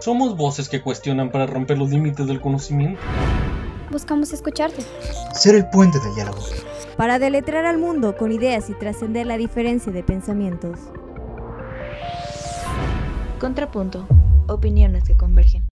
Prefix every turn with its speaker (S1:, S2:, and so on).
S1: Somos voces que cuestionan para romper los límites del conocimiento.
S2: Buscamos escucharte.
S3: Ser el puente del diálogo.
S4: Para deletrear al mundo con ideas y trascender la diferencia de pensamientos.
S5: Contrapunto. Opiniones que convergen.